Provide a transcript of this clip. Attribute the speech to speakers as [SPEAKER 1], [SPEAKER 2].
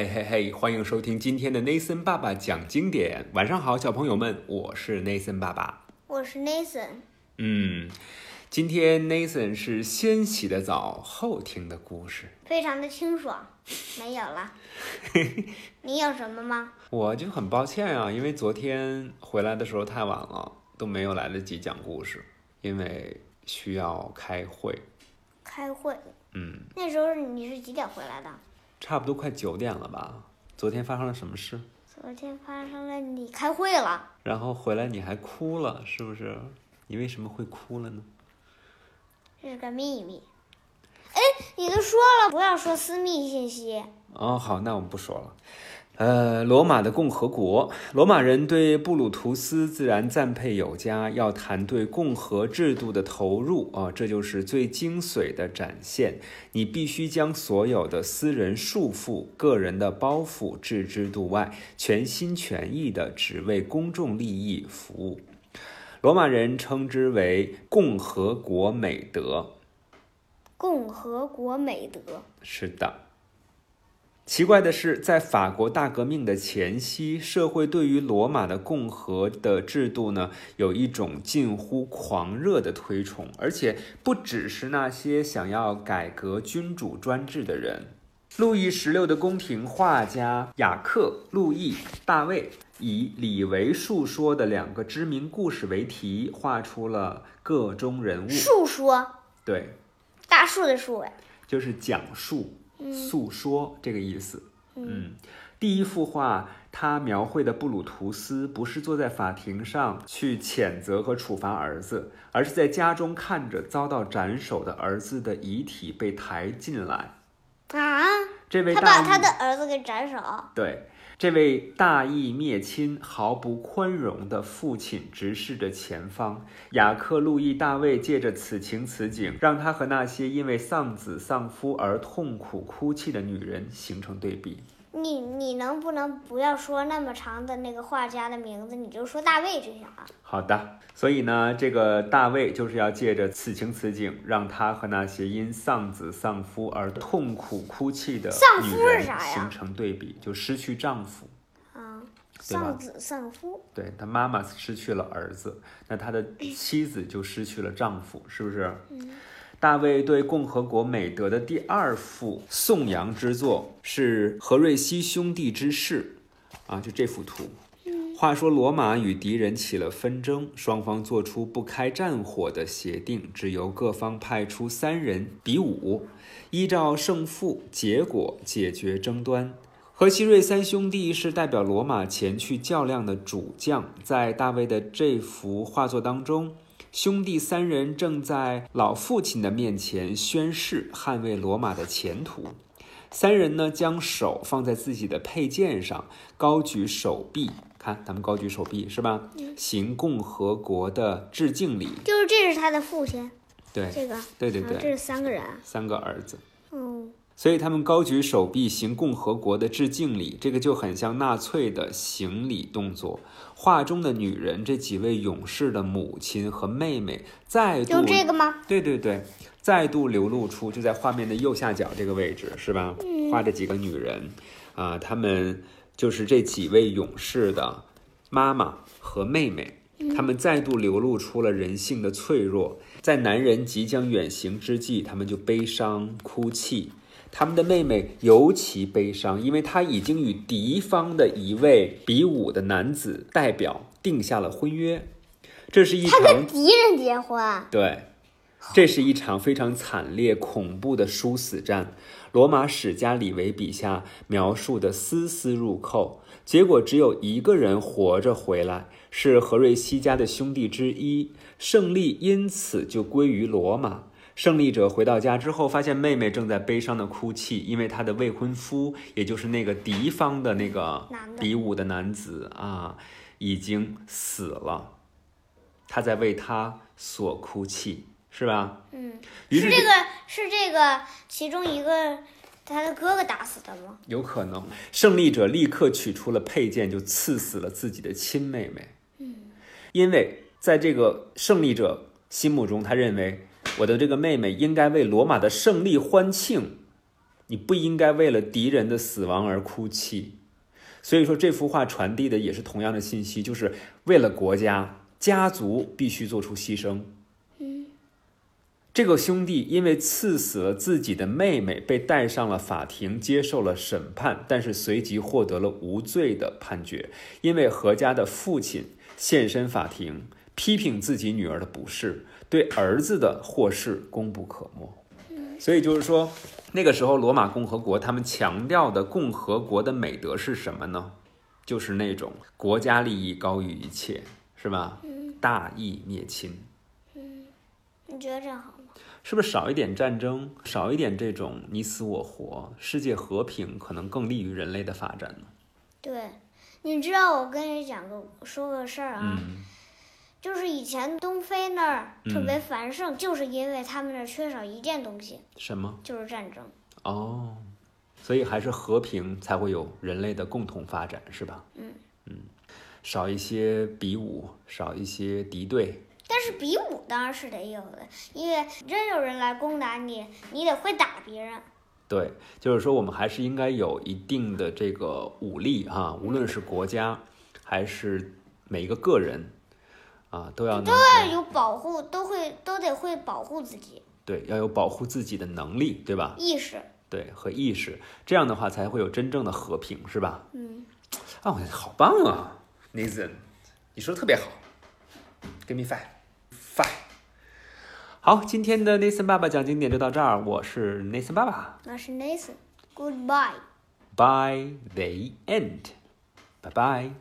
[SPEAKER 1] 嘿嘿嘿，欢迎收听今天的 Nathan 爸爸讲经典。晚上好，小朋友们，我是 Nathan 爸爸。
[SPEAKER 2] 我是 Nathan。
[SPEAKER 1] 嗯，今天 Nathan 是先洗的澡后听的故事，
[SPEAKER 2] 非常的清爽，没有了。你有什么吗？
[SPEAKER 1] 我就很抱歉啊，因为昨天回来的时候太晚了，都没有来得及讲故事，因为需要开会。
[SPEAKER 2] 开会。
[SPEAKER 1] 嗯，
[SPEAKER 2] 那时候你是几点回来的？
[SPEAKER 1] 差不多快九点了吧？昨天发生了什么事？
[SPEAKER 2] 昨天发生了你开会了，
[SPEAKER 1] 然后回来你还哭了，是不是？你为什么会哭了呢？
[SPEAKER 2] 这是个秘密。哎，你都说了不要说私密信息。
[SPEAKER 1] 哦，好，那我们不说了。呃，罗马的共和国，罗马人对布鲁图斯自然赞佩有加。要谈对共和制度的投入啊、这就是最精髓的展现。你必须将所有的私人束缚、个人的包袱置之度外，全心全意的只为公众利益服务。罗马人称之为共和国美德。
[SPEAKER 2] 共和国美德。
[SPEAKER 1] 是的。奇怪的是，在法国大革命的前夕，社会对于罗马的共和的制度呢，有一种近乎狂热的推崇，而且不只是那些想要改革君主专制的人。路易十六的宫廷画家雅克、路易、大卫以李维述说的两个知名故事为题，画出了个中人物。
[SPEAKER 2] 树说，
[SPEAKER 1] 对，
[SPEAKER 2] 大树的树哎。
[SPEAKER 1] 就是讲述、
[SPEAKER 2] 嗯
[SPEAKER 1] 诉说这个意思。嗯，第一幅画他描绘的布鲁图斯不是坐在法庭上去谴责和处罚儿子，而是在家中看着遭到斩首的儿子的遗体被抬进来。
[SPEAKER 2] 啊，
[SPEAKER 1] 这位
[SPEAKER 2] 他把
[SPEAKER 1] 大
[SPEAKER 2] 他
[SPEAKER 1] 义
[SPEAKER 2] 的儿子给斩首。
[SPEAKER 1] 对这位大义灭亲、毫不宽容的父亲直视着前方。雅克·路易·大卫借着此情此景，让他和那些因为丧子丧夫而痛苦哭泣的女人形成对比。
[SPEAKER 2] 你你能不能不要说那么长的那个画家的名字，你就说大卫就行了。
[SPEAKER 1] 好的，所以呢，这个大卫就是要借着此情此景，让他和那些因丧子丧夫而痛苦哭泣的
[SPEAKER 2] 丧夫
[SPEAKER 1] 女
[SPEAKER 2] 是
[SPEAKER 1] 人
[SPEAKER 2] 啥呀
[SPEAKER 1] 形成对比，就失去丈夫。
[SPEAKER 2] 啊，
[SPEAKER 1] 对吧
[SPEAKER 2] 丧子丧夫。
[SPEAKER 1] 对他妈妈失去了儿子，那他的妻子就失去了丈夫，是不是？大卫对共和国美德的第二幅颂扬之作是《何瑞西兄弟之事》，啊，就这幅图。话说罗马与敌人起了纷争，双方做出不开战火的协定，只由各方派出三人比武，依照胜负结果解决争端。荷西瑞三兄弟是代表罗马前去较量的主将，在大卫的这幅画作当中，兄弟三人正在老父亲的面前宣誓捍卫罗马的前途。三人呢，将手放在自己的佩剑上，高举手臂，看他们高举手臂是吧？行共和国的致敬礼。
[SPEAKER 2] 就是这是他的父亲，
[SPEAKER 1] 对，
[SPEAKER 2] 这个，
[SPEAKER 1] 对对
[SPEAKER 2] 然后
[SPEAKER 1] 对
[SPEAKER 2] 这是三个人，
[SPEAKER 1] 三个儿子。
[SPEAKER 2] 嗯，
[SPEAKER 1] 所以他们高举手臂行共和国的致敬礼，这个就很像纳粹的行礼动作。画中的女人，这几位勇士的母亲和妹妹，再度
[SPEAKER 2] 就这个吗？
[SPEAKER 1] 对对对，再度流露出就在画面的右下角这个位置，是吧？画着几个女人，啊、她们就是这几位勇士的妈妈和妹妹。她们再度流露出了人性的脆弱，在男人即将远行之际，她们就悲伤哭泣。她们的妹妹尤其悲伤，因为她已经与敌方的一位比武的男子代表定下了婚约。这是一
[SPEAKER 2] 他
[SPEAKER 1] 场
[SPEAKER 2] 跟敌人结婚，啊
[SPEAKER 1] 对，这是一场非常惨烈、恐怖的殊死战。罗马史家李维笔下描述的丝丝入扣，结果只有一个人活着回来，是何瑞西家的兄弟之一。胜利因此就归于罗马。胜利者回到家之后，发现妹妹正在悲伤的哭泣，因为她的未婚夫，也就是那个敌方的那个
[SPEAKER 2] 男的
[SPEAKER 1] 比武的男子啊，已经死了。他在为他所哭泣，是吧？
[SPEAKER 2] 嗯，
[SPEAKER 1] 于
[SPEAKER 2] 是
[SPEAKER 1] 是
[SPEAKER 2] 这个是这个其中一个他的哥哥打死的吗？
[SPEAKER 1] 有可能，胜利者立刻取出了佩剑，就刺死了自己的亲妹妹。嗯，因为在这个胜利者心目中，他认为我的这个妹妹应该为罗马的胜利欢庆，你不应该为了敌人的死亡而哭泣。所以说，这幅画传递的也是同样的信息，就是为了国家、家族必须做出牺牲。
[SPEAKER 2] 嗯，
[SPEAKER 1] 这个兄弟因为刺死了自己的妹妹，被带上了法庭，接受了审判，但是随即获得了无罪的判决，因为何家的父亲现身法庭，批评自己女儿的不是，对儿子的祸事功不可没。所以就是说，那个时候罗马共和国他们强调的共和国的美德是什么呢？就是那种国家利益高于一切，是吧？大义灭亲，
[SPEAKER 2] 你觉得这样好吗？
[SPEAKER 1] 是不是少一点战争，少一点这种你死我活，世界和平可能更利于人类的发展呢？
[SPEAKER 2] 对，你知道我跟你讲个说个事儿啊，
[SPEAKER 1] 嗯
[SPEAKER 2] 就是以前东非那儿特
[SPEAKER 1] 嗯
[SPEAKER 2] 别繁盛，就是因为他们那儿缺少一件东西，
[SPEAKER 1] 什么？
[SPEAKER 2] 就是战争。
[SPEAKER 1] 哦，所以还是和平才会有人类的共同发展，是吧？
[SPEAKER 2] 嗯
[SPEAKER 1] 少一些比武，少一些敌对，
[SPEAKER 2] 但是比武当然是得有的，因为真有人来攻打你，你得会打别人。
[SPEAKER 1] 对，就是说我们还是应该有一定的这个武力哈、无论是国家还是每一个个人啊，都要能够
[SPEAKER 2] 对，有保护都会都得会保护自己
[SPEAKER 1] 对要有保护自己的能力，对吧？
[SPEAKER 2] 意识。
[SPEAKER 1] 对和意识，这样的话才会有真正的和平，是吧？
[SPEAKER 2] 嗯，
[SPEAKER 1] 啊，我好棒啊，Nathan，你说的特别好，Give me five five。好，今天的 Nathan 爸爸讲经典就到这儿，我是 Nathan 爸爸
[SPEAKER 2] 那是 Nathan。Goodbye。
[SPEAKER 1] ，By the end，拜拜。